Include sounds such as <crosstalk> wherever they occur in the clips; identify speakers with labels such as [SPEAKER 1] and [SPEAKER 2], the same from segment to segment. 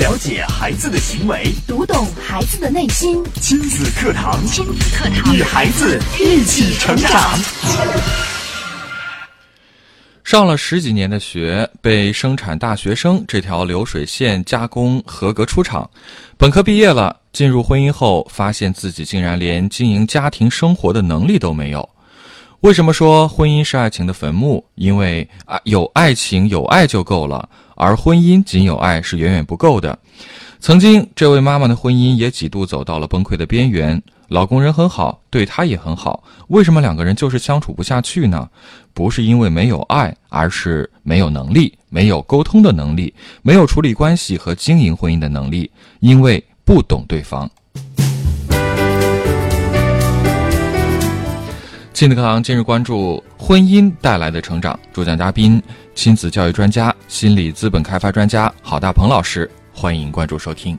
[SPEAKER 1] 了解孩子的行为，
[SPEAKER 2] 读懂孩子的内心，
[SPEAKER 1] 亲子课堂，
[SPEAKER 2] 亲子课堂
[SPEAKER 1] 与孩子一起成长。
[SPEAKER 3] 上了十几年的学，被生产大学生这条流水线加工合格出厂。本科毕业了，进入婚姻后，发现自己竟然连经营家庭生活的能力都没有。为什么说婚姻是爱情的坟墓？因为啊，有爱情有爱就够了，而婚姻仅有爱是远远不够的。曾经，这位妈妈的婚姻也几度走到了崩溃的边缘。老公人很好，对她也很好，为什么两个人就是相处不下去呢？不是因为没有爱，而是没有能力，没有沟通的能力，没有处理关系和经营婚姻的能力，因为不懂对方。亲子课堂今日关注婚姻带来的成长，主讲嘉宾亲子教育专家、心理资本开发专家郝大鹏老师，欢迎关注收听。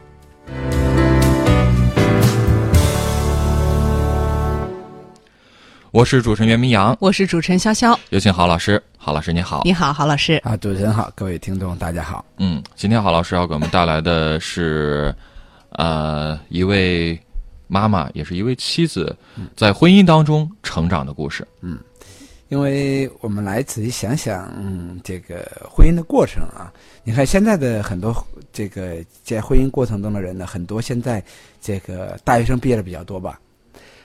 [SPEAKER 3] 我是主持人袁明阳，
[SPEAKER 4] 我是主持人潇潇，
[SPEAKER 3] 有请郝老师。郝老师你好，
[SPEAKER 4] 你好，郝老师。
[SPEAKER 5] 啊，主持人好，各位听众大家好。
[SPEAKER 3] 嗯，今天郝老师要给我们带来的是，呃，一位妈妈，也是一位妻子，
[SPEAKER 5] 嗯
[SPEAKER 3] 在婚姻当中成长的故事。
[SPEAKER 5] 因为我们来仔细想想，嗯，这个婚姻的过程啊，你看现在的很多这个在婚姻过程中的人呢，很多现在这个大学生毕业的比较多吧，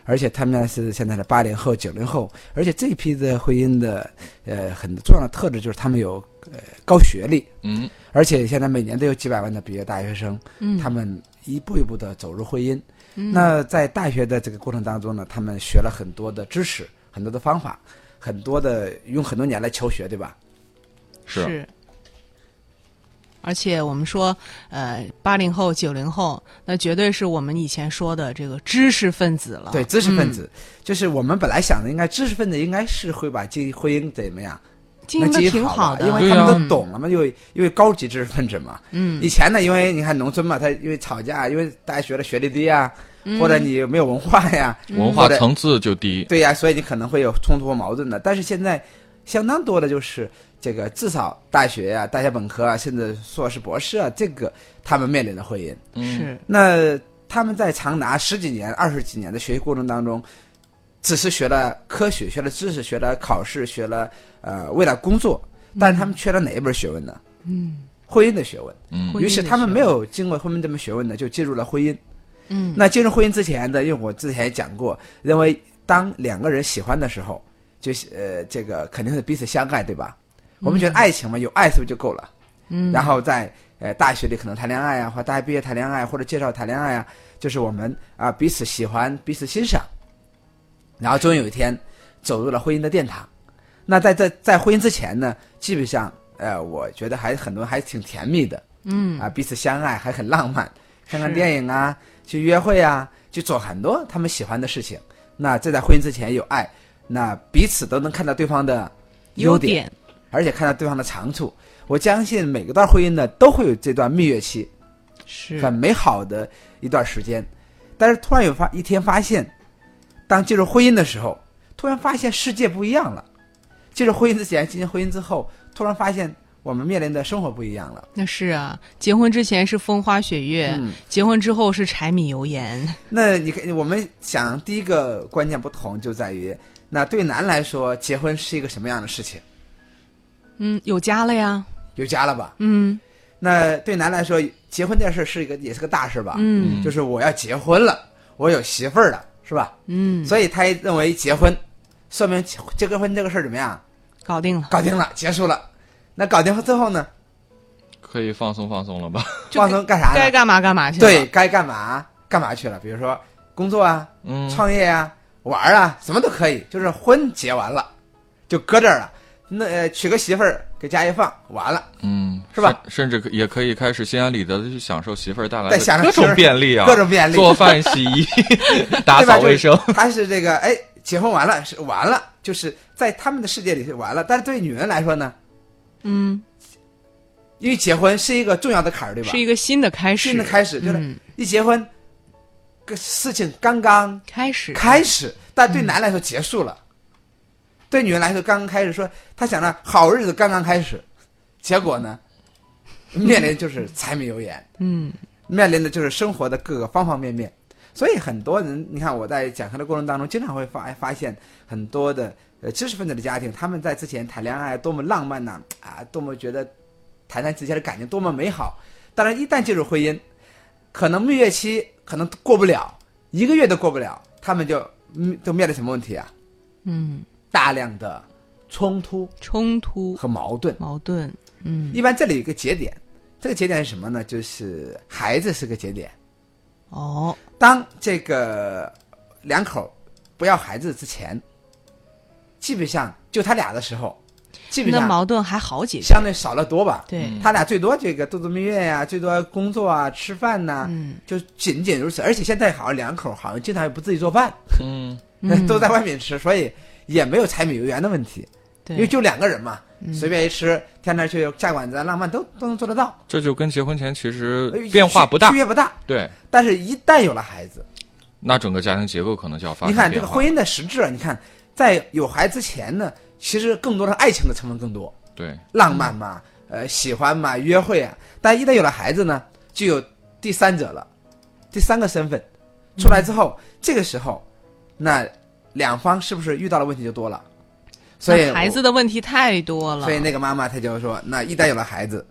[SPEAKER 5] 而且他们呢是现在的八零后、九零后，而且这一批的婚姻的呃很重要的特质就是他们有呃高学历，
[SPEAKER 3] 嗯
[SPEAKER 5] 而且现在每年都有几百万的毕业大学生，
[SPEAKER 4] 嗯
[SPEAKER 5] 他们一步一步的走入婚姻。那在大学的这个过程当中呢，他们学了很多的知识，很多的方法，很多的用很多年来求学，对吧？
[SPEAKER 3] 是
[SPEAKER 4] 而且我们说，呃，八零后、九零后，那绝对是我们以前说的这个知识分子了。
[SPEAKER 5] 对，知识分
[SPEAKER 4] 嗯
[SPEAKER 5] 子、就是我们本来想的，应该知识分子应该是会把经婚姻怎么样，
[SPEAKER 4] 经营
[SPEAKER 5] 那
[SPEAKER 4] 的
[SPEAKER 5] 经营
[SPEAKER 4] 挺
[SPEAKER 5] 好
[SPEAKER 4] 的，
[SPEAKER 5] 因为
[SPEAKER 3] 对
[SPEAKER 5] 他
[SPEAKER 3] 啊
[SPEAKER 5] 们都懂了嘛，因为因为高级知识分子嘛。
[SPEAKER 4] 嗯
[SPEAKER 5] 以前呢，因为你看农村嘛，他因为吵架，因为大家学的学历低啊，
[SPEAKER 4] 嗯
[SPEAKER 5] 或者你没有文化呀，
[SPEAKER 3] 文化层次就低。
[SPEAKER 5] 对呀、所以你可能会有冲突和矛盾的。但是现在，相当多的就是这个，至少大学呀、大学本科啊，甚至硕士、博士啊，这个他们面临的婚姻，
[SPEAKER 4] 是
[SPEAKER 5] 嗯那他们在长达十几年、二十几年的学习过程当中，只是学了科学、学了知识、学了考试、学了呃未来工作，但是他们缺了哪一本学问呢？嗯，婚姻的学问。
[SPEAKER 3] 嗯
[SPEAKER 4] 婚姻
[SPEAKER 5] 于是
[SPEAKER 4] 的
[SPEAKER 5] 他们
[SPEAKER 4] 学
[SPEAKER 5] 没有经过婚姻这门学问呢，就进入了婚姻。
[SPEAKER 4] 嗯，
[SPEAKER 5] 那进入婚姻之前的，因为我之前也讲过，认为当两个人喜欢的时候，就是呃，这个肯定是彼此相爱，对吧？
[SPEAKER 4] 嗯
[SPEAKER 5] 我们觉得爱情嘛，有爱是不是就够了？嗯，然后在呃大学里可能谈恋爱啊，或大学毕业谈恋爱，或者介绍谈恋爱啊，就是我们啊、彼此喜欢，彼此欣赏，然后终于有一天走入了婚姻的殿堂。那在在在婚姻之前呢，基本上呃，我觉得还很多人还挺甜蜜的，嗯啊，彼此相爱还很浪漫，看看
[SPEAKER 4] 是
[SPEAKER 5] 电影啊，去约会啊，去做很多他们喜欢的事情。那这在婚姻之前有爱，那彼此都能看到对方的优
[SPEAKER 4] 优
[SPEAKER 5] 点，而且看到对方的长处。我相信每个段婚姻呢，都会有这段蜜月期，
[SPEAKER 4] 是
[SPEAKER 5] 很美好的一段时间。但是突然有发一天发现，当进入婚姻的时候，突然发现世界不一样了。进入婚姻之前，进行婚姻之后，突然发现我们面临的生活不一样了。
[SPEAKER 4] 那是啊，结婚之前是风花雪月，
[SPEAKER 5] 嗯
[SPEAKER 4] 结婚之后是柴米油盐。
[SPEAKER 5] 那你看，我们想第一个关键不同就在于，那对男来说，结婚是一个什么样的事情？
[SPEAKER 4] 嗯，有家了呀。
[SPEAKER 5] 有家了吧？
[SPEAKER 4] 嗯
[SPEAKER 5] 那对男来说，结婚这件事是一个也是个大事吧？
[SPEAKER 4] 嗯
[SPEAKER 5] 就是我要结婚了，我有媳妇儿了，是吧？
[SPEAKER 4] 嗯，
[SPEAKER 5] 所以他也认为结婚，说明结结个婚这个事儿怎么样？
[SPEAKER 4] 搞定了，
[SPEAKER 5] 搞定了，结束了。那搞定之后呢？
[SPEAKER 3] 可以放松放松了吧？
[SPEAKER 5] 放松干啥
[SPEAKER 4] 该
[SPEAKER 5] 呢？
[SPEAKER 4] 干嘛干嘛去了。
[SPEAKER 5] 对，该干嘛干嘛去了。比如说工作啊，
[SPEAKER 3] 嗯，
[SPEAKER 5] 创业啊，玩儿啊，什么都可以，就是婚结完了，就搁这儿了。那、呃、娶个媳妇儿给家一放，完了，
[SPEAKER 3] 嗯，
[SPEAKER 5] 是吧
[SPEAKER 3] 甚？甚至可也可以开始心安理得的去享受媳妇儿带来
[SPEAKER 5] 再
[SPEAKER 3] 的
[SPEAKER 5] 享受
[SPEAKER 3] 各
[SPEAKER 5] 媳妇
[SPEAKER 3] 种
[SPEAKER 5] 儿
[SPEAKER 3] 便利啊，
[SPEAKER 5] 各种便利
[SPEAKER 3] 做饭、洗衣、 <laughs> 打
[SPEAKER 5] 对吧
[SPEAKER 3] 扫卫生。
[SPEAKER 5] 就是、 <laughs> 他是这个，哎，结婚完了是完了，就是在他们的世界里是完了。但是对女人来说呢，
[SPEAKER 4] 嗯，
[SPEAKER 5] 因为结婚是一个重要的坎儿，对吧？
[SPEAKER 4] 是一个新的开始，
[SPEAKER 5] 新的开始，就是
[SPEAKER 4] 嗯
[SPEAKER 5] 一结婚，个事情刚刚
[SPEAKER 4] 开始，
[SPEAKER 5] 开始，但对男来说结束了，对女人来说刚刚开始。说她想着好日子刚刚开始，结果呢，面临就是柴米油盐，
[SPEAKER 4] 嗯
[SPEAKER 5] 面临的就是生活的各个方方面面。所以很多人，你看我在讲课的过程当中，经常会发发现很多的呃知识分子的家庭，他们在之前谈恋爱多么浪漫呐啊多么觉得谈谈之间的感情多么美好。当然，一旦进入婚姻，可能蜜月期可能过不了，一个月都过不了，他们就嗯都面临什么问题啊？
[SPEAKER 4] 嗯，
[SPEAKER 5] 大量的冲突
[SPEAKER 4] 冲突
[SPEAKER 5] 和矛盾。
[SPEAKER 4] 矛盾，嗯
[SPEAKER 5] 一般这里有一个节点，这个节点是什么呢？就是孩子是个节点。
[SPEAKER 4] 哦，
[SPEAKER 5] 当这个两口不要孩子之前，基本上就他俩的时候，基本
[SPEAKER 4] 那
[SPEAKER 5] 上
[SPEAKER 4] 矛盾还好解决，
[SPEAKER 5] 相对少了多吧。
[SPEAKER 4] 对，
[SPEAKER 3] 嗯
[SPEAKER 5] 他俩最多这个度度蜜月呀、最多工作啊、吃饭呐、
[SPEAKER 4] 嗯
[SPEAKER 5] 就仅仅如此。而且现在好像两口好像经常也不自己做饭，
[SPEAKER 3] 嗯，
[SPEAKER 5] <laughs>
[SPEAKER 4] 嗯
[SPEAKER 5] 都在外面吃，所以也没有柴米油盐的问题，因为
[SPEAKER 4] 对，嗯
[SPEAKER 5] 就两个人嘛，随便一吃，天天去下馆子啊、浪漫都都能做得到，
[SPEAKER 3] 这就跟结婚前其实
[SPEAKER 5] 哎
[SPEAKER 3] 变化不大
[SPEAKER 5] 区，别不大。
[SPEAKER 3] 对，
[SPEAKER 5] 但是，一旦有了孩子，
[SPEAKER 3] 那整个家庭结构可能就要发
[SPEAKER 5] 你
[SPEAKER 3] 生
[SPEAKER 5] 看这
[SPEAKER 3] 变
[SPEAKER 5] 个
[SPEAKER 3] 化。
[SPEAKER 5] 婚姻的实质啊，你看在有孩子之前呢，其实更多的爱情的成分更多，
[SPEAKER 3] 对，
[SPEAKER 5] 浪漫嘛，呃，喜欢嘛，约会啊。但一旦有了孩子呢，就有第三者了，第三个身份出来之后，这个时候，那两方是不是遇到的问题就多了？所以
[SPEAKER 4] 那孩
[SPEAKER 5] 我
[SPEAKER 4] 子的问题太多了，
[SPEAKER 5] 所以那个妈妈她就说，那一旦有了孩子，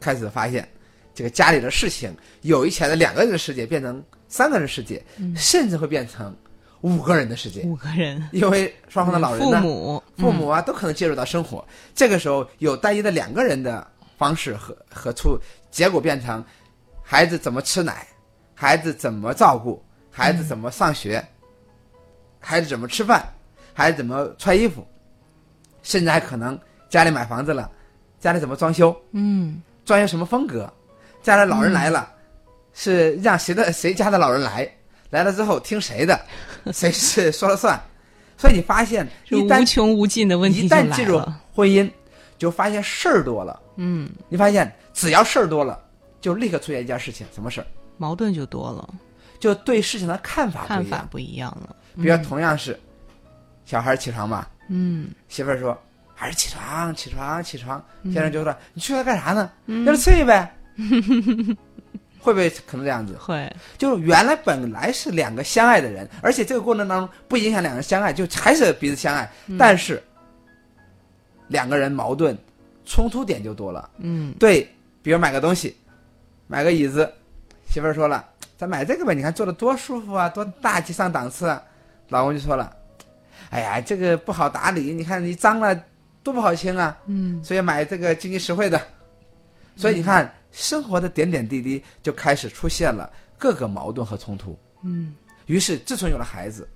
[SPEAKER 5] 开始发现这个家里的事情，有以前的两个人的世界变成三个人世界，
[SPEAKER 4] 嗯
[SPEAKER 5] 甚至会变成五个人的世界，
[SPEAKER 4] 五个人，
[SPEAKER 5] <laughs> 因为双方的老人
[SPEAKER 4] 父
[SPEAKER 5] 呢、
[SPEAKER 4] 母，嗯
[SPEAKER 5] 父母啊都可能介入到生活。这个时候有单一的两个人的方式和和出，结果变成孩子怎么吃奶，孩子怎么照顾，孩子怎么上学，
[SPEAKER 4] 嗯
[SPEAKER 5] 孩子怎么吃饭，孩子怎么穿衣服，甚至还可能家里买房子了，家里怎么装修，
[SPEAKER 4] 嗯，
[SPEAKER 5] 装修什么风格，家里老人来了，是让谁的谁家的老人来，来了之后听谁的，谁是说了算。所以你发
[SPEAKER 4] <laughs>
[SPEAKER 5] 现，
[SPEAKER 4] 这
[SPEAKER 5] 一
[SPEAKER 4] 无
[SPEAKER 5] 旦
[SPEAKER 4] 穷无尽的问题
[SPEAKER 5] 一
[SPEAKER 4] 就
[SPEAKER 5] 旦
[SPEAKER 4] 来
[SPEAKER 5] 进入
[SPEAKER 4] 了，
[SPEAKER 5] 婚姻，就发现事儿多了。
[SPEAKER 4] 嗯，
[SPEAKER 5] 你发现只要事儿多了，就立刻出现一件事情，什么事儿？
[SPEAKER 4] 矛盾就多了，
[SPEAKER 5] 就对事情的看法
[SPEAKER 4] 看
[SPEAKER 5] 不一
[SPEAKER 4] 法
[SPEAKER 5] 样。
[SPEAKER 4] 不一样了，
[SPEAKER 5] 比如同样是小孩儿起床吧，
[SPEAKER 4] 嗯，
[SPEAKER 5] 媳妇儿说：“孩儿起床，起床，起床。”先生就说：“你去那干啥呢？
[SPEAKER 4] 嗯
[SPEAKER 5] 让他睡呗。” <laughs> 会不会可能这样子？
[SPEAKER 4] 会，
[SPEAKER 5] 就是原来本来是两个相爱的人，而且这个过程当中不影响两人相爱，就还是彼此相爱，但是两个人矛盾冲突点就多了。
[SPEAKER 4] 嗯，
[SPEAKER 5] 对，比如买个东西，买个椅子，媳妇儿说了，咱买这个吧，你看坐的多舒服啊，多大气上档次啊。老公就说了，哎呀，这个不好打理，你看你脏了多不好清啊。
[SPEAKER 4] 嗯，
[SPEAKER 5] 所以买这个经济实惠的。所以你看，生活的点点滴滴就开始出现了各个矛盾和冲突。
[SPEAKER 4] 嗯，
[SPEAKER 5] 于是自从有了孩子，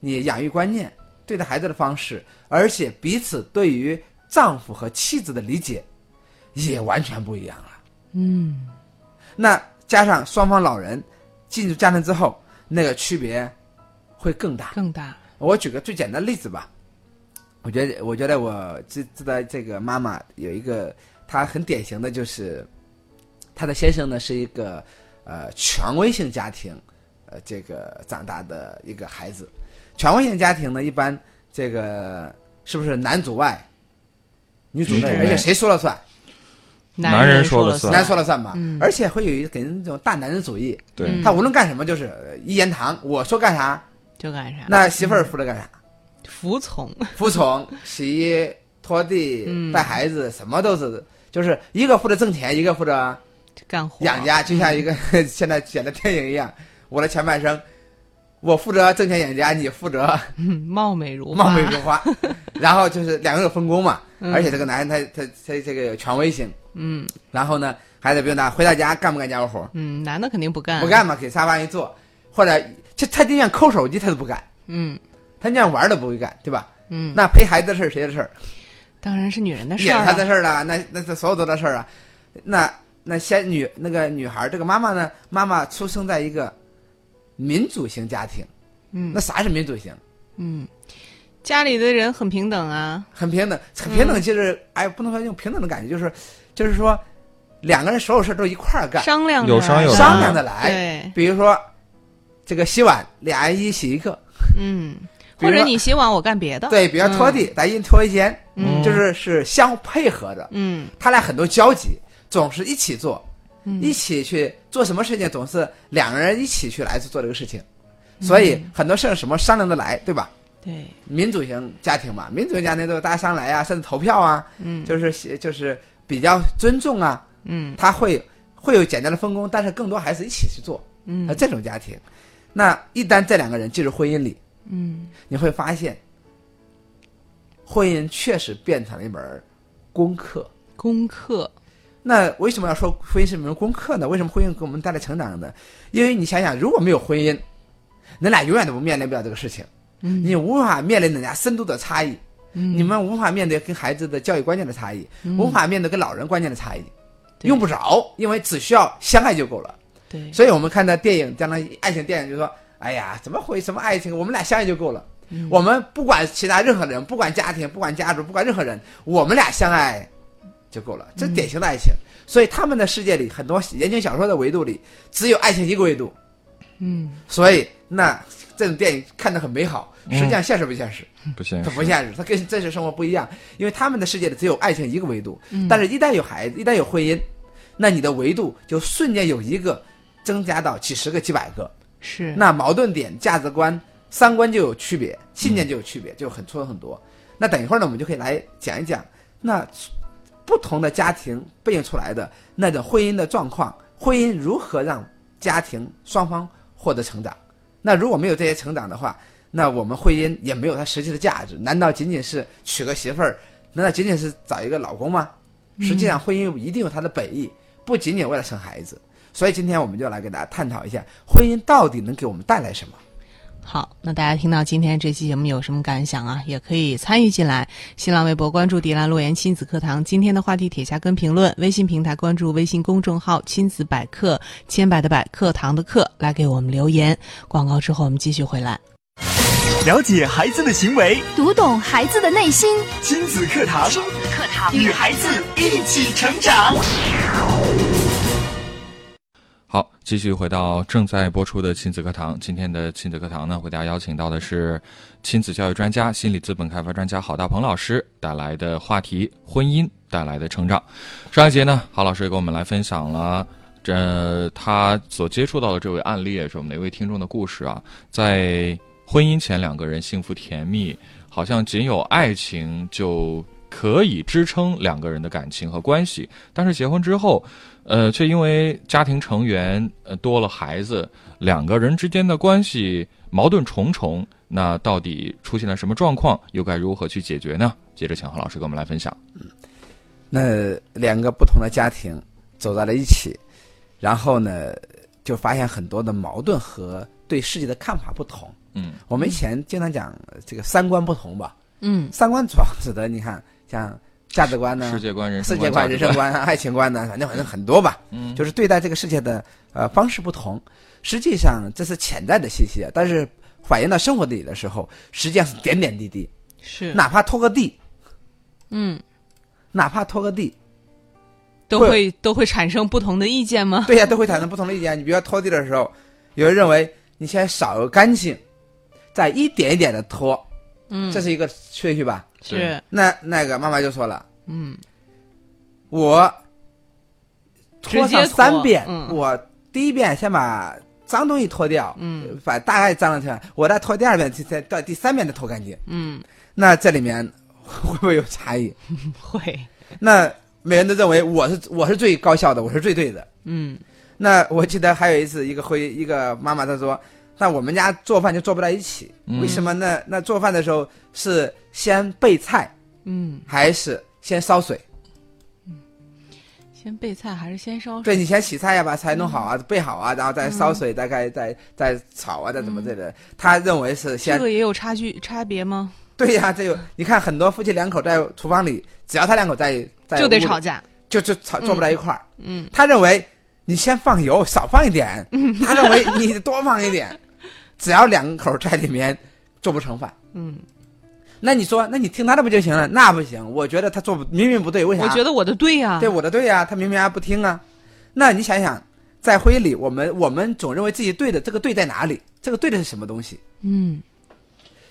[SPEAKER 5] 你养育观念、对待孩子的方式，而且彼此对于丈夫和妻子的理解，也完全不一样了。
[SPEAKER 4] 嗯，
[SPEAKER 5] 那加上双方老人进入家庭之后，那个区别会更大。
[SPEAKER 4] 更大，
[SPEAKER 5] 我举个最简单的例子吧，我觉得，我觉得我知知道这个妈妈有一个，她很典型的就是，她的先生呢是一个呃权威性家庭，呃这个长大的一个孩子，权威性家庭呢一般这个是不是男主外，女主
[SPEAKER 3] 女
[SPEAKER 5] 内，
[SPEAKER 3] 主
[SPEAKER 5] 而且
[SPEAKER 3] 内
[SPEAKER 5] 谁说了算，
[SPEAKER 3] 男人
[SPEAKER 4] 人
[SPEAKER 3] 说了
[SPEAKER 4] 了
[SPEAKER 3] 算
[SPEAKER 5] 男说了算吧，
[SPEAKER 4] 嗯
[SPEAKER 5] 而且会有一给人这种大男人主义，
[SPEAKER 3] 对，
[SPEAKER 4] 嗯
[SPEAKER 5] 他无论干什么就是呃一言堂，我说干啥，
[SPEAKER 4] 就干啥，嗯
[SPEAKER 5] 那媳妇儿服了干啥。
[SPEAKER 4] 服从， <laughs>
[SPEAKER 5] 服从、洗衣、拖地、
[SPEAKER 4] 嗯
[SPEAKER 5] 带孩子，什么都是，就是一个负责挣钱，一个负责
[SPEAKER 4] 干活，
[SPEAKER 5] 养
[SPEAKER 4] <laughs>
[SPEAKER 5] 家，就像一个 <laughs>
[SPEAKER 4] 嗯
[SPEAKER 5] 现在演的电影一样。我的前半生，我负责挣钱养家，你负责
[SPEAKER 4] 嗯貌美如花，
[SPEAKER 5] 貌美如
[SPEAKER 4] <laughs>
[SPEAKER 5] 花，然后就是两个人有分工嘛。
[SPEAKER 4] 嗯
[SPEAKER 5] 而且这个男人他他他这个有权威性，
[SPEAKER 4] 嗯
[SPEAKER 5] 然后呢，孩子不用打，回到家干不干家务活？
[SPEAKER 4] 嗯，男的肯定不干，
[SPEAKER 5] 不，干嘛，给沙发上一坐，或者他他宁愿抠手机他都不干，
[SPEAKER 4] 嗯
[SPEAKER 5] 他宁愿玩都不会干，对吧？
[SPEAKER 4] 嗯，
[SPEAKER 5] 那陪孩子的事儿谁的事儿？
[SPEAKER 4] 当然是女人的事
[SPEAKER 5] 也
[SPEAKER 4] 儿啊
[SPEAKER 5] 是他的
[SPEAKER 4] 了，
[SPEAKER 5] 事儿了，那那这所有都的事儿啊。那那先女那个女孩儿，这个妈妈呢，妈妈出生在一个民主型家庭。
[SPEAKER 4] 嗯
[SPEAKER 5] 那啥是民主型？
[SPEAKER 4] 嗯，家里的人很平等啊，
[SPEAKER 5] 很平等，很平
[SPEAKER 4] 嗯
[SPEAKER 5] 等，就是、哎，不能说用平等的感觉，就是就是说两个人所有事儿都一块儿干，
[SPEAKER 4] 商量着
[SPEAKER 3] 有商有
[SPEAKER 4] 来
[SPEAKER 5] 商量着来。
[SPEAKER 4] 对，
[SPEAKER 5] 比如说这个洗碗，俩人一洗一个；
[SPEAKER 4] 嗯，
[SPEAKER 5] 比如
[SPEAKER 4] 或者
[SPEAKER 5] 说
[SPEAKER 4] 你嗯洗碗，我干别的，
[SPEAKER 5] 对，比如说拖地，咱一人拖一间，
[SPEAKER 4] 嗯
[SPEAKER 5] 就是是相互配合着。
[SPEAKER 4] 嗯
[SPEAKER 5] 他俩很多交集，总是一起做，一起去做什么事情，总是两个人一起去来做这个事情，
[SPEAKER 4] 嗯
[SPEAKER 5] 所以很多事儿什么商量得来，对吧？
[SPEAKER 4] 对，
[SPEAKER 5] 民主型家庭嘛，民主型家庭都有大家商量呀，甚至投票啊，
[SPEAKER 4] 嗯
[SPEAKER 5] 就是就是比较尊重啊，
[SPEAKER 4] 嗯
[SPEAKER 5] 他会会有简单的分工，但是更多还是一起去做。
[SPEAKER 4] 嗯
[SPEAKER 5] 啊，这种家庭，那一旦这两个人进入婚姻里，
[SPEAKER 4] 嗯
[SPEAKER 5] 你会发现，婚姻确实变成了一门功课。
[SPEAKER 4] 功课，
[SPEAKER 5] 那为什么要说婚姻是一门功课呢？为什么婚姻给我们带来成长呢？因为你想想，如果没有婚姻，你俩永远都不面临不了这个事情，
[SPEAKER 4] 嗯
[SPEAKER 5] 你无法面临人家深度的差异，
[SPEAKER 4] 嗯
[SPEAKER 5] 你们无法面对跟孩子的教育观念的差异，无法面对跟老人观念的差异，
[SPEAKER 4] 对
[SPEAKER 5] 用不着，因为只需要相爱就够了。
[SPEAKER 4] 对，
[SPEAKER 5] 所以我们看到电影，将来爱情电影就说，哎呀，怎么回什么爱情？我们俩相爱就够了。我们不管其他任何人，不管家庭，不管家族，不管任何人，我们俩相爱就够了，这是典型的爱情。所以他们的世界里，很多言情小说的维度里，只有爱情一个维度。
[SPEAKER 4] 嗯
[SPEAKER 5] 所以那这种电影看得很美好，实际上现实不现实？
[SPEAKER 3] 不现
[SPEAKER 5] 它
[SPEAKER 3] 实。
[SPEAKER 5] 不现实，它跟真实生活不一样。因为他们的世界里只有爱情一个维度，但是一旦有孩子，一旦有婚姻，那你的维度就瞬间有一个增加到几十个、几百个，
[SPEAKER 4] 是
[SPEAKER 5] 那矛盾点、价值观、三观就有区别，信念就有区别，就很错很多。那等一会儿呢，我们就可以来讲一讲那不同的家庭背景出来的那种婚姻的状况，婚姻如何让家庭双方获得成长。那如果没有这些成长的话，那我们婚姻也没有它实际的价值。难道仅仅是娶个媳妇儿？难道仅仅是找一个老公吗？实际上，婚姻一定有它的本意，不仅仅为了生孩子。所以今天我们就来给大家探讨一下，婚姻到底能给我们带来什么？
[SPEAKER 4] 好，那大家听到今天这期节目有什么感想啊？也可以参与进来。新浪微博关注“迪兰洛言亲子课堂”，今天的话题帖下跟评论；微信平台关注微信公众号“亲子百科”，千百的百，课堂的课，来给我们留言。广告之后我们继续回来。
[SPEAKER 1] 了解孩子的行为，
[SPEAKER 2] 读懂孩子的内心。
[SPEAKER 1] 亲子课堂，
[SPEAKER 2] 亲子课堂，
[SPEAKER 1] 与孩子一起成长。
[SPEAKER 3] 好，继续回到正在播出的亲子课堂。今天的亲子课堂呢，为大家邀请到的是亲子教育专家、心理资本开发专家郝大鹏老师带来的话题——婚姻带来的成长。上一节呢，郝老师也给我们来分享了。这呃他所接触到的这位案例也是我们的一位听众的故事啊，在婚姻前两个人幸福甜蜜，好像仅有爱情就可以支撑两个人的感情和关系，但是结婚之后，呃，却因为家庭成员呃多了孩子，两个人之间的关系矛盾重重，那到底出现了什么状况，又该如何去解决呢？接着请何老师给我们来分享。
[SPEAKER 5] 那两个不同的家庭走在了一起，然后呢，就发现很多的矛盾和对世界的看法不同。
[SPEAKER 3] 嗯，
[SPEAKER 5] 我们以前经常讲呃这个三观不同吧，
[SPEAKER 4] 嗯
[SPEAKER 5] 三观主要指的你看像价值观呢、
[SPEAKER 3] 嗯世界观、人生
[SPEAKER 5] 世界观、
[SPEAKER 3] 价值
[SPEAKER 5] 人生观、啊爱情观呢，反正反正很多吧。嗯，就是对待这个世界的呃方式不同，实际上这是潜在的信息，啊，但是反映到生活里的时候，实际上是点点滴滴，
[SPEAKER 4] 是
[SPEAKER 5] 哪怕拖个地，
[SPEAKER 4] 嗯，
[SPEAKER 5] 哪怕拖个地，
[SPEAKER 4] 都
[SPEAKER 5] 会
[SPEAKER 4] 会都会产生不同的意见吗？
[SPEAKER 5] 对呀、都会产生不同的意见。你比如说拖地的时候，有人认为你先扫干净，再一点一点的拖，
[SPEAKER 4] 嗯，
[SPEAKER 5] 这是一个顺序吧？
[SPEAKER 4] 是
[SPEAKER 5] 那那个妈妈就说了，
[SPEAKER 4] 嗯，
[SPEAKER 5] 我
[SPEAKER 4] 直
[SPEAKER 5] 拖
[SPEAKER 4] 接
[SPEAKER 5] 上三
[SPEAKER 4] 拖
[SPEAKER 5] 遍，
[SPEAKER 4] 嗯
[SPEAKER 5] 我第一遍先把脏东西拖掉，
[SPEAKER 4] 嗯，
[SPEAKER 5] 把大概脏了去，我再拖第二遍，再到第三遍再拖干净。
[SPEAKER 4] 嗯
[SPEAKER 5] 那这里面会不会有差异？
[SPEAKER 4] 会
[SPEAKER 5] 那每人都认为我是我是最高效的，我是最对的。
[SPEAKER 4] 嗯
[SPEAKER 5] 那我记得还有一次，一个会一个妈妈她说，那我们家做饭就做不在一起，
[SPEAKER 4] 嗯
[SPEAKER 5] 为什么呢？那做饭的时候是先备菜
[SPEAKER 4] 嗯，
[SPEAKER 5] 还是先烧水？
[SPEAKER 4] 先备菜还是先烧水？
[SPEAKER 5] 对你先洗菜呀，把菜弄好
[SPEAKER 4] 嗯
[SPEAKER 5] 啊，备好啊，然后再烧水，大概再再炒
[SPEAKER 4] 嗯
[SPEAKER 5] 啊，再怎么之类的。他认为是
[SPEAKER 4] 这
[SPEAKER 5] 先
[SPEAKER 4] 个也有差距差别吗？
[SPEAKER 5] 对呀，这有你看很多夫妻两口在厨房里，只要他两口在在
[SPEAKER 4] 就
[SPEAKER 5] 屋
[SPEAKER 4] 得
[SPEAKER 5] 里
[SPEAKER 4] 吵，架。
[SPEAKER 5] 就就吵坐不在一块儿。
[SPEAKER 4] 嗯，
[SPEAKER 5] 他认为你先放油，少放一点；他认为你多放一
[SPEAKER 4] <laughs>
[SPEAKER 5] 点。只要两口在里面做不成饭，
[SPEAKER 4] 嗯，
[SPEAKER 5] 那你说，那你听他的不就行了？那不行，我觉得他做不明明不对，为啥？
[SPEAKER 4] 我觉得啊我的对呀、
[SPEAKER 5] 对我的对呀、他明明还不听啊。那你想想，在婚姻里，我们我们总认为自己对的，这个对在哪里？这个对的是什么东西？
[SPEAKER 4] 嗯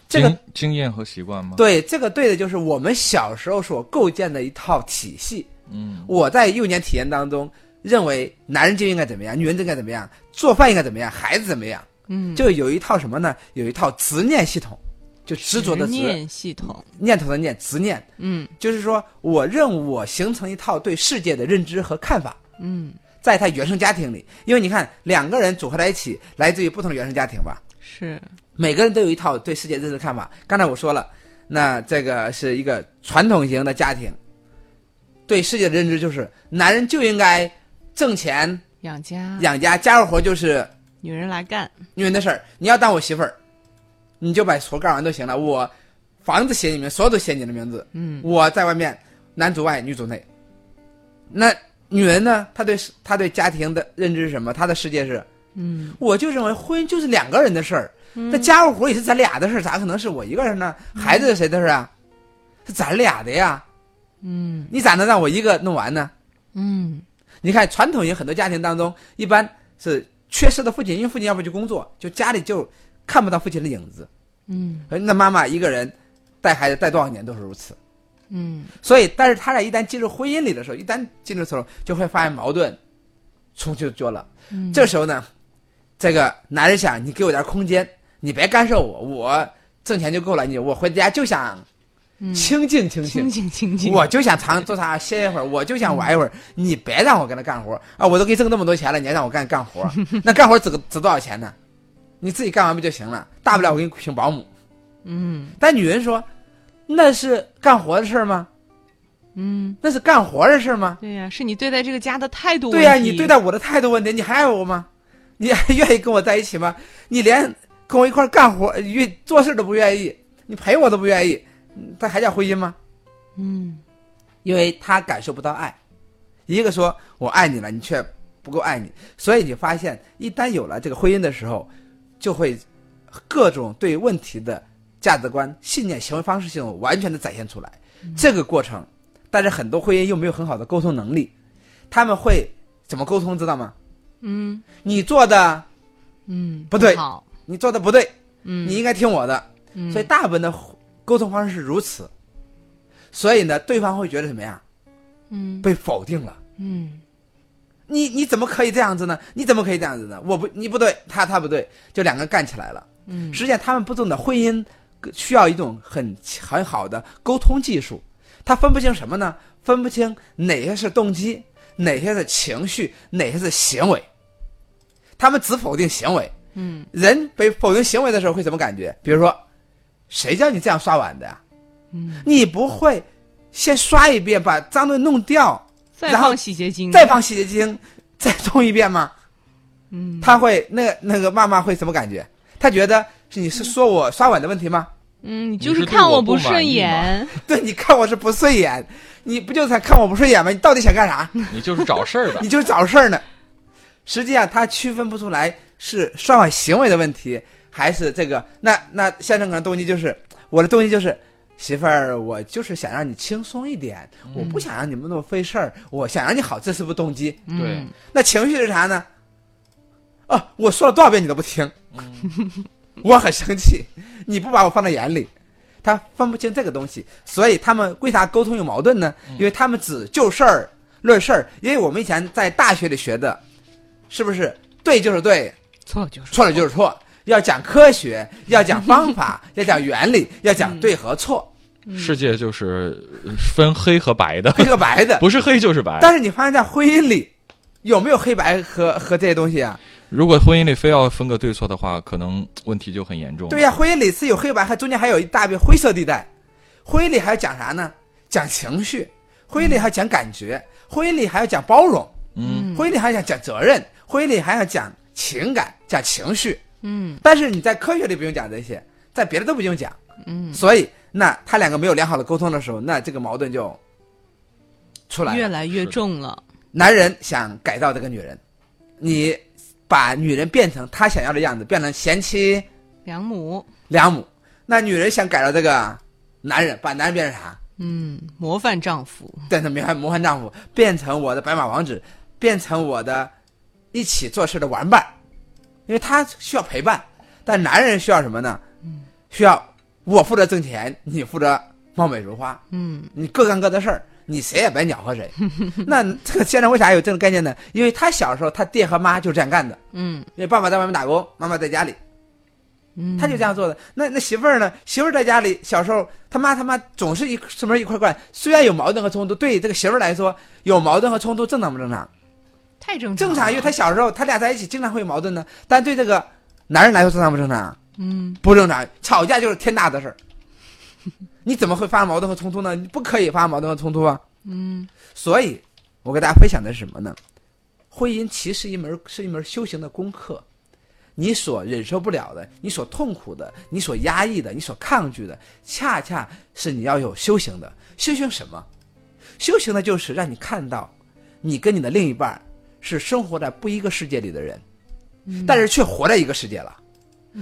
[SPEAKER 5] 这个
[SPEAKER 3] 经经验和习惯吗？
[SPEAKER 5] 对，这个对的就是我们小时候所构建的一套体系，
[SPEAKER 3] 嗯
[SPEAKER 5] 我在幼年体验当中，认为男人就应该怎么样，女人就应该怎么样，做饭应该怎么样，孩子怎么样，
[SPEAKER 4] 嗯，
[SPEAKER 5] 就有一套什么呢？有一套执念系统，就执着的
[SPEAKER 4] 执
[SPEAKER 5] 执，
[SPEAKER 4] 念系统，
[SPEAKER 5] 念头的念，执念，
[SPEAKER 4] 嗯
[SPEAKER 5] 就是说我认我形成一套对世界的认知和看法，
[SPEAKER 4] 嗯，
[SPEAKER 5] 在他原生家庭里，因为你看两个人组合在一起，来自于不同的原生家庭吧，
[SPEAKER 4] 是，
[SPEAKER 5] 每个人都有一套对世界认知的看法。刚才我说了，那这个是一个传统型的家庭，对世界的认知就是男人就应该挣钱
[SPEAKER 4] 养家，
[SPEAKER 5] 养家，家务活就是
[SPEAKER 4] 女人来干，
[SPEAKER 5] 女人的事儿。你要当我媳妇儿，你就把活干完就行了。我房子写你名，所有都写你的名字。
[SPEAKER 4] 嗯
[SPEAKER 5] 我在外面，男主外，女主内。那女人呢？她对她对家庭的认知是什么？她的世界是，
[SPEAKER 4] 嗯，
[SPEAKER 5] 我就认为婚姻就是两个人的事儿，那家务活也是咱俩的事儿，咋可能是我一个人呢？孩子是谁的事儿啊？是咱俩的呀。
[SPEAKER 4] 嗯
[SPEAKER 5] 你咋能让我一个弄完呢？
[SPEAKER 4] 嗯
[SPEAKER 5] 你看传统型很多家庭当中，一般是缺失的父亲，因为父亲要不就工作，就家里就看不到父亲的影子。
[SPEAKER 4] 嗯
[SPEAKER 5] 而那妈妈一个人带孩子带多少年都是如此。
[SPEAKER 4] 嗯
[SPEAKER 5] 所以，但是他俩一旦进入婚姻里的时候，一旦进入的时候，就会发现矛盾冲就多了。
[SPEAKER 4] 嗯
[SPEAKER 5] 这时候呢，这个男人想，你给我点空间，你别干涉我，我挣钱就够了。你我回家就想
[SPEAKER 4] 嗯
[SPEAKER 5] 清静清
[SPEAKER 4] 清
[SPEAKER 5] 静，
[SPEAKER 4] 静清静，
[SPEAKER 5] 我就想长做啥歇一会儿，我就想玩一会儿。你别让我跟他干活啊！我都给你挣那么多钱了，你还让我干干
[SPEAKER 4] <laughs>
[SPEAKER 5] 活？那干活值个值多少钱呢？你自己干完不就行了？大不了我给你请保姆。
[SPEAKER 4] 嗯
[SPEAKER 5] 但女人说，那是干活的事儿吗？
[SPEAKER 4] 嗯，
[SPEAKER 5] 那是干活的事儿吗？
[SPEAKER 4] 对呀，是你对待这个家的态度问
[SPEAKER 5] 对
[SPEAKER 4] 题，
[SPEAKER 5] 呀、你对待我的态度问题，你还爱我吗？你还愿意跟我在一起吗？你连跟我一块儿干活、愿做事都不愿意，你陪我都不愿意，他还叫婚姻吗？
[SPEAKER 4] 嗯
[SPEAKER 5] 因为他感受不到爱。一个说我爱你了，你却不够爱你，所以你发现一旦有了这个婚姻的时候，就会各种对问题的价值观、信念、行为方式系统完全的展现出来。这个过程，但是很多婚姻又没有很好的沟通能力，他们会怎么沟通知道吗？
[SPEAKER 4] 嗯
[SPEAKER 5] 你做的
[SPEAKER 4] 嗯，
[SPEAKER 5] 不对
[SPEAKER 4] 好，
[SPEAKER 5] 你做的不对，
[SPEAKER 4] 嗯
[SPEAKER 5] 你应该听我的。
[SPEAKER 4] 嗯
[SPEAKER 5] 所以大部分的沟通方式是如此，所以呢，对方会觉得什么呀？
[SPEAKER 4] 嗯
[SPEAKER 5] 被否定了。
[SPEAKER 4] 嗯
[SPEAKER 5] 你你怎么可以这样子呢？你怎么可以这样子呢？我不，你不对，他他不对，就两个人干起来了。
[SPEAKER 4] 嗯
[SPEAKER 5] 实际上，他们不懂的婚姻需要一种很很好的沟通技术，他分不清什么呢？分不清哪些是动机，哪些是情绪，哪些是行为。他们只否定行为。
[SPEAKER 4] 嗯，
[SPEAKER 5] 人被否定行为的时候会怎么感觉？比如说，谁叫你这样刷碗的呀、
[SPEAKER 4] 嗯，
[SPEAKER 5] 你不会先刷一遍，把脏东西弄掉，
[SPEAKER 4] 再
[SPEAKER 5] 然后
[SPEAKER 4] 放洗洁精，
[SPEAKER 5] 再放洗洁精， <laughs> 再冲一遍吗？
[SPEAKER 4] 嗯
[SPEAKER 5] 他会那个那个妈妈会什么感觉？他觉得是你是说我刷碗的问题吗？ <laughs>
[SPEAKER 4] 嗯，你
[SPEAKER 3] 你
[SPEAKER 4] 就是
[SPEAKER 3] 对
[SPEAKER 4] 看
[SPEAKER 3] 我不
[SPEAKER 4] 不
[SPEAKER 3] 满
[SPEAKER 4] 顺
[SPEAKER 3] 意吗
[SPEAKER 4] 眼，
[SPEAKER 5] 对，你看我是不顺眼，你不就是看我不顺眼吗？你到底想干啥？
[SPEAKER 3] 你就是找
[SPEAKER 5] <laughs>
[SPEAKER 3] 事儿的
[SPEAKER 5] 你。就是找事儿呢。实际上，他区分不出来是刷碗行为的问题，还是这个。那那先生可能动机就是我的动机就是，媳妇儿，我就是想让你轻松一点，我不想让你们那么费事儿，我想让你好，这是不是动机？
[SPEAKER 3] 对
[SPEAKER 4] 嗯，
[SPEAKER 5] 那情绪是啥呢？哦，我说了多少遍你都不听，
[SPEAKER 3] 嗯
[SPEAKER 5] <laughs> 我很生气，你不把我放在眼里，他分不清这个东西，所以他们为啥沟通有矛盾呢？
[SPEAKER 3] 嗯
[SPEAKER 5] 因为他们只就事儿论事儿，因为我们以前在大学里学的，是不是对就是对，
[SPEAKER 4] 错就是
[SPEAKER 5] 错了就是错，要讲科学，要讲方
[SPEAKER 3] <laughs>
[SPEAKER 5] 法，要讲原理，要讲对和错，
[SPEAKER 3] 嗯世界就是呃分黑和白的，
[SPEAKER 5] 黑和白的。
[SPEAKER 3] <laughs> 不是黑就是白。
[SPEAKER 5] 但是你发现在婚姻里，有没有黑白和和这些东西啊？
[SPEAKER 3] 如果婚姻里非要分个对错的话，可能问题就很严重。
[SPEAKER 5] 对、呀、婚姻里是有黑白，还中间还有一大片灰色地带。婚姻里还要讲啥呢？讲情绪，婚姻里还要讲感觉，婚姻里还要讲包容，
[SPEAKER 3] 嗯，
[SPEAKER 5] 婚姻里还要讲责任，婚姻里还要讲情感、讲情绪。
[SPEAKER 4] 嗯
[SPEAKER 5] 但是你在科学里不用讲这些，在别的都不用讲。
[SPEAKER 4] 嗯，
[SPEAKER 5] 所以，那他两个没有良好的沟通的时候，那这个矛盾就出来了。
[SPEAKER 4] 越来越重了，
[SPEAKER 5] 男人想改造这个女人，你把女人变成他想要的样子，变成贤妻
[SPEAKER 4] 两母，
[SPEAKER 5] 良母。那女人想改造这个男人，把男人变成啥？
[SPEAKER 4] 嗯，模范丈夫，
[SPEAKER 5] 变成魔幻魔幻丈夫，变成我的白马王子，变成我的一起做事的玩伴，因为他需要陪伴。但男人需要什么呢？需要我负责挣钱，你负责貌美如花，
[SPEAKER 4] 嗯
[SPEAKER 5] 你各干各的事儿。你谁也别鸟和谁。那这个先生为啥有这种概念呢？因为他小时候他爹和妈就这样干的，
[SPEAKER 4] 嗯
[SPEAKER 5] 因为爸爸在外面打工，妈妈在家里，
[SPEAKER 4] 嗯，
[SPEAKER 5] 他就这样做的。那那媳妇儿呢？媳妇儿在家里小时候他妈他妈总是一什么一块惯，虽然有矛盾和冲突，对这个媳妇儿来说有矛盾和冲突正常不正常？
[SPEAKER 4] 太正
[SPEAKER 5] 正
[SPEAKER 4] 常
[SPEAKER 5] 常，
[SPEAKER 4] 了，
[SPEAKER 5] 因为他小时候他俩在一起经常会有矛盾呢。但对这个男人来说正常不正常？
[SPEAKER 4] 嗯
[SPEAKER 5] 不正常，吵架就是天大的事儿。你怎么会发生矛盾和冲突呢？你不可以发生矛盾和冲突啊！
[SPEAKER 4] 嗯
[SPEAKER 5] 所以，我给大家分享的是什么呢？婚姻其实一门是一门修行的功课。你所忍受不了的，你所痛苦的，你所压抑的，你所抗拒的，恰恰是你要有修行的。修行什么？修行的就是让你看到，你跟你的另一半是生活在不一个世界里的人，但是却活在一个世界了。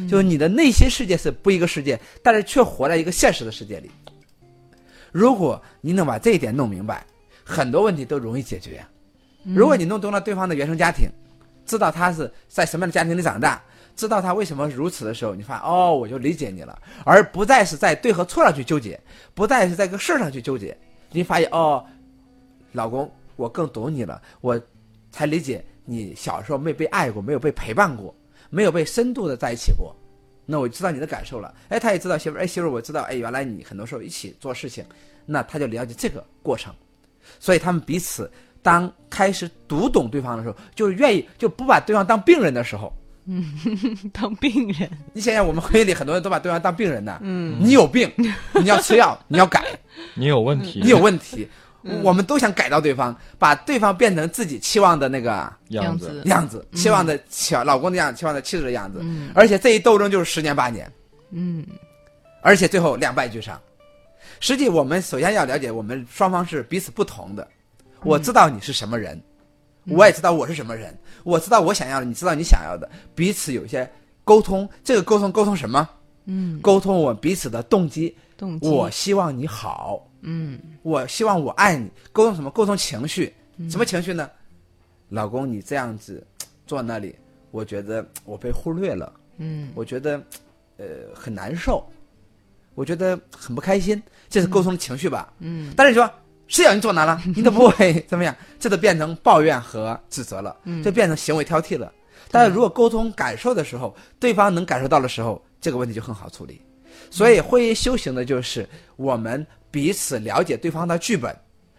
[SPEAKER 5] 就是你的内心世界是不一个世界，但是却活在一个现实的世界里。如果你能把这一点弄明白，很多问题都容易解决。如果你弄懂了对方的原生家庭，知道他是在什么样的家庭里长大，知道他为什么如此的时候，你发现哦，我就理解你了，而不再是在对和错上去纠结，不再是在个事儿上去纠结。你发现哦，老公，我更懂你了，我才理解你小时候没被爱过，没有被陪伴过，没有被深度的在一起过。那我知道你的感受了，哎，他也知道媳妇儿，哎，媳妇儿，我知道，哎，原来你很多时候一起做事情，那他就了解这个过程，所以他们彼此当开始读懂对方的时候，就是愿意就不把对方当病人的时候。
[SPEAKER 4] 当病人，
[SPEAKER 5] 你想想，我们婚姻里很多人都把对方当病人呢。嗯，你有病，你要吃药，你要改，
[SPEAKER 3] 你有问题，
[SPEAKER 5] 嗯你有问题，我们都想改到对方，把对方变成自己期望的那个
[SPEAKER 3] 样
[SPEAKER 4] 样子
[SPEAKER 5] 样子，期望的期老公的样子，期望的妻子的样子。而且这一斗争就是十年八年，
[SPEAKER 4] 嗯
[SPEAKER 5] 而且最后两败俱伤。实际我们首先要了解，我们双方是彼此不同的。
[SPEAKER 4] 嗯
[SPEAKER 5] 我知道你是什么人，我也知道我是什么人，我知道我想要的，你知道你想要的，彼此有一些沟通。这个沟通沟通什么？
[SPEAKER 4] 嗯，
[SPEAKER 5] 沟通我彼此的动机。
[SPEAKER 4] 动机，
[SPEAKER 5] 我希望你好，
[SPEAKER 4] 嗯
[SPEAKER 5] 我希望我爱你。沟通什么？沟通情绪，什么情绪呢？老公，你这样子坐那里，我觉得我被忽略了。
[SPEAKER 4] 嗯
[SPEAKER 5] 我觉得呃很难受，我觉得很不开心，这是沟通的情绪吧。
[SPEAKER 4] 嗯，
[SPEAKER 5] 但是你说谁叫你做难了，你都不会怎么样，这就变成抱怨和指责了，
[SPEAKER 4] 嗯
[SPEAKER 5] 就变成行为挑剔了。但是如果沟通感受的时候，对方能感受到的时候，这个问题就很好处理。所以婚姻修行的就是我们彼此了解对方的剧本，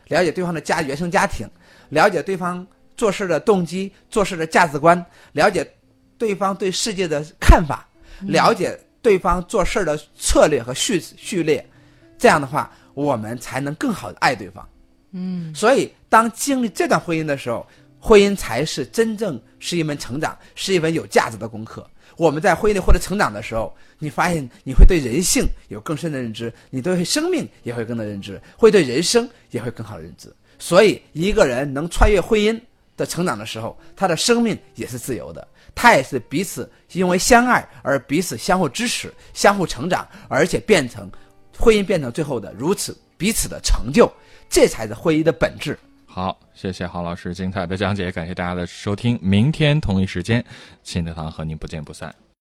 [SPEAKER 5] 了解对方的家原生家庭，了解对方做事的动机、做事的价值观，了解对方对世界的看法，了解对方做事儿的策略和序序列，这样的话，我们才能更好的爱对方。
[SPEAKER 4] 嗯
[SPEAKER 5] 所以，当经历这段婚姻的时候，婚姻才是真正是一门成长，是一门有价值的功课。我们在婚姻里获得成长的时候，你发现你会对人性有更深的认知，你对生命也会更的认知，会对人生也会更好的认知。所以，一个人能穿越婚姻的成长的时候，他的生命也是自由的，他也是彼此因为相爱而彼此相互支持、相互成长，而且变成婚姻变成最后的如此彼此的成就，这才是婚姻的本质。
[SPEAKER 3] 好，谢谢郝老师精彩的讲解，感谢大家的收听。明天同一时间，亲子堂和您不见不散。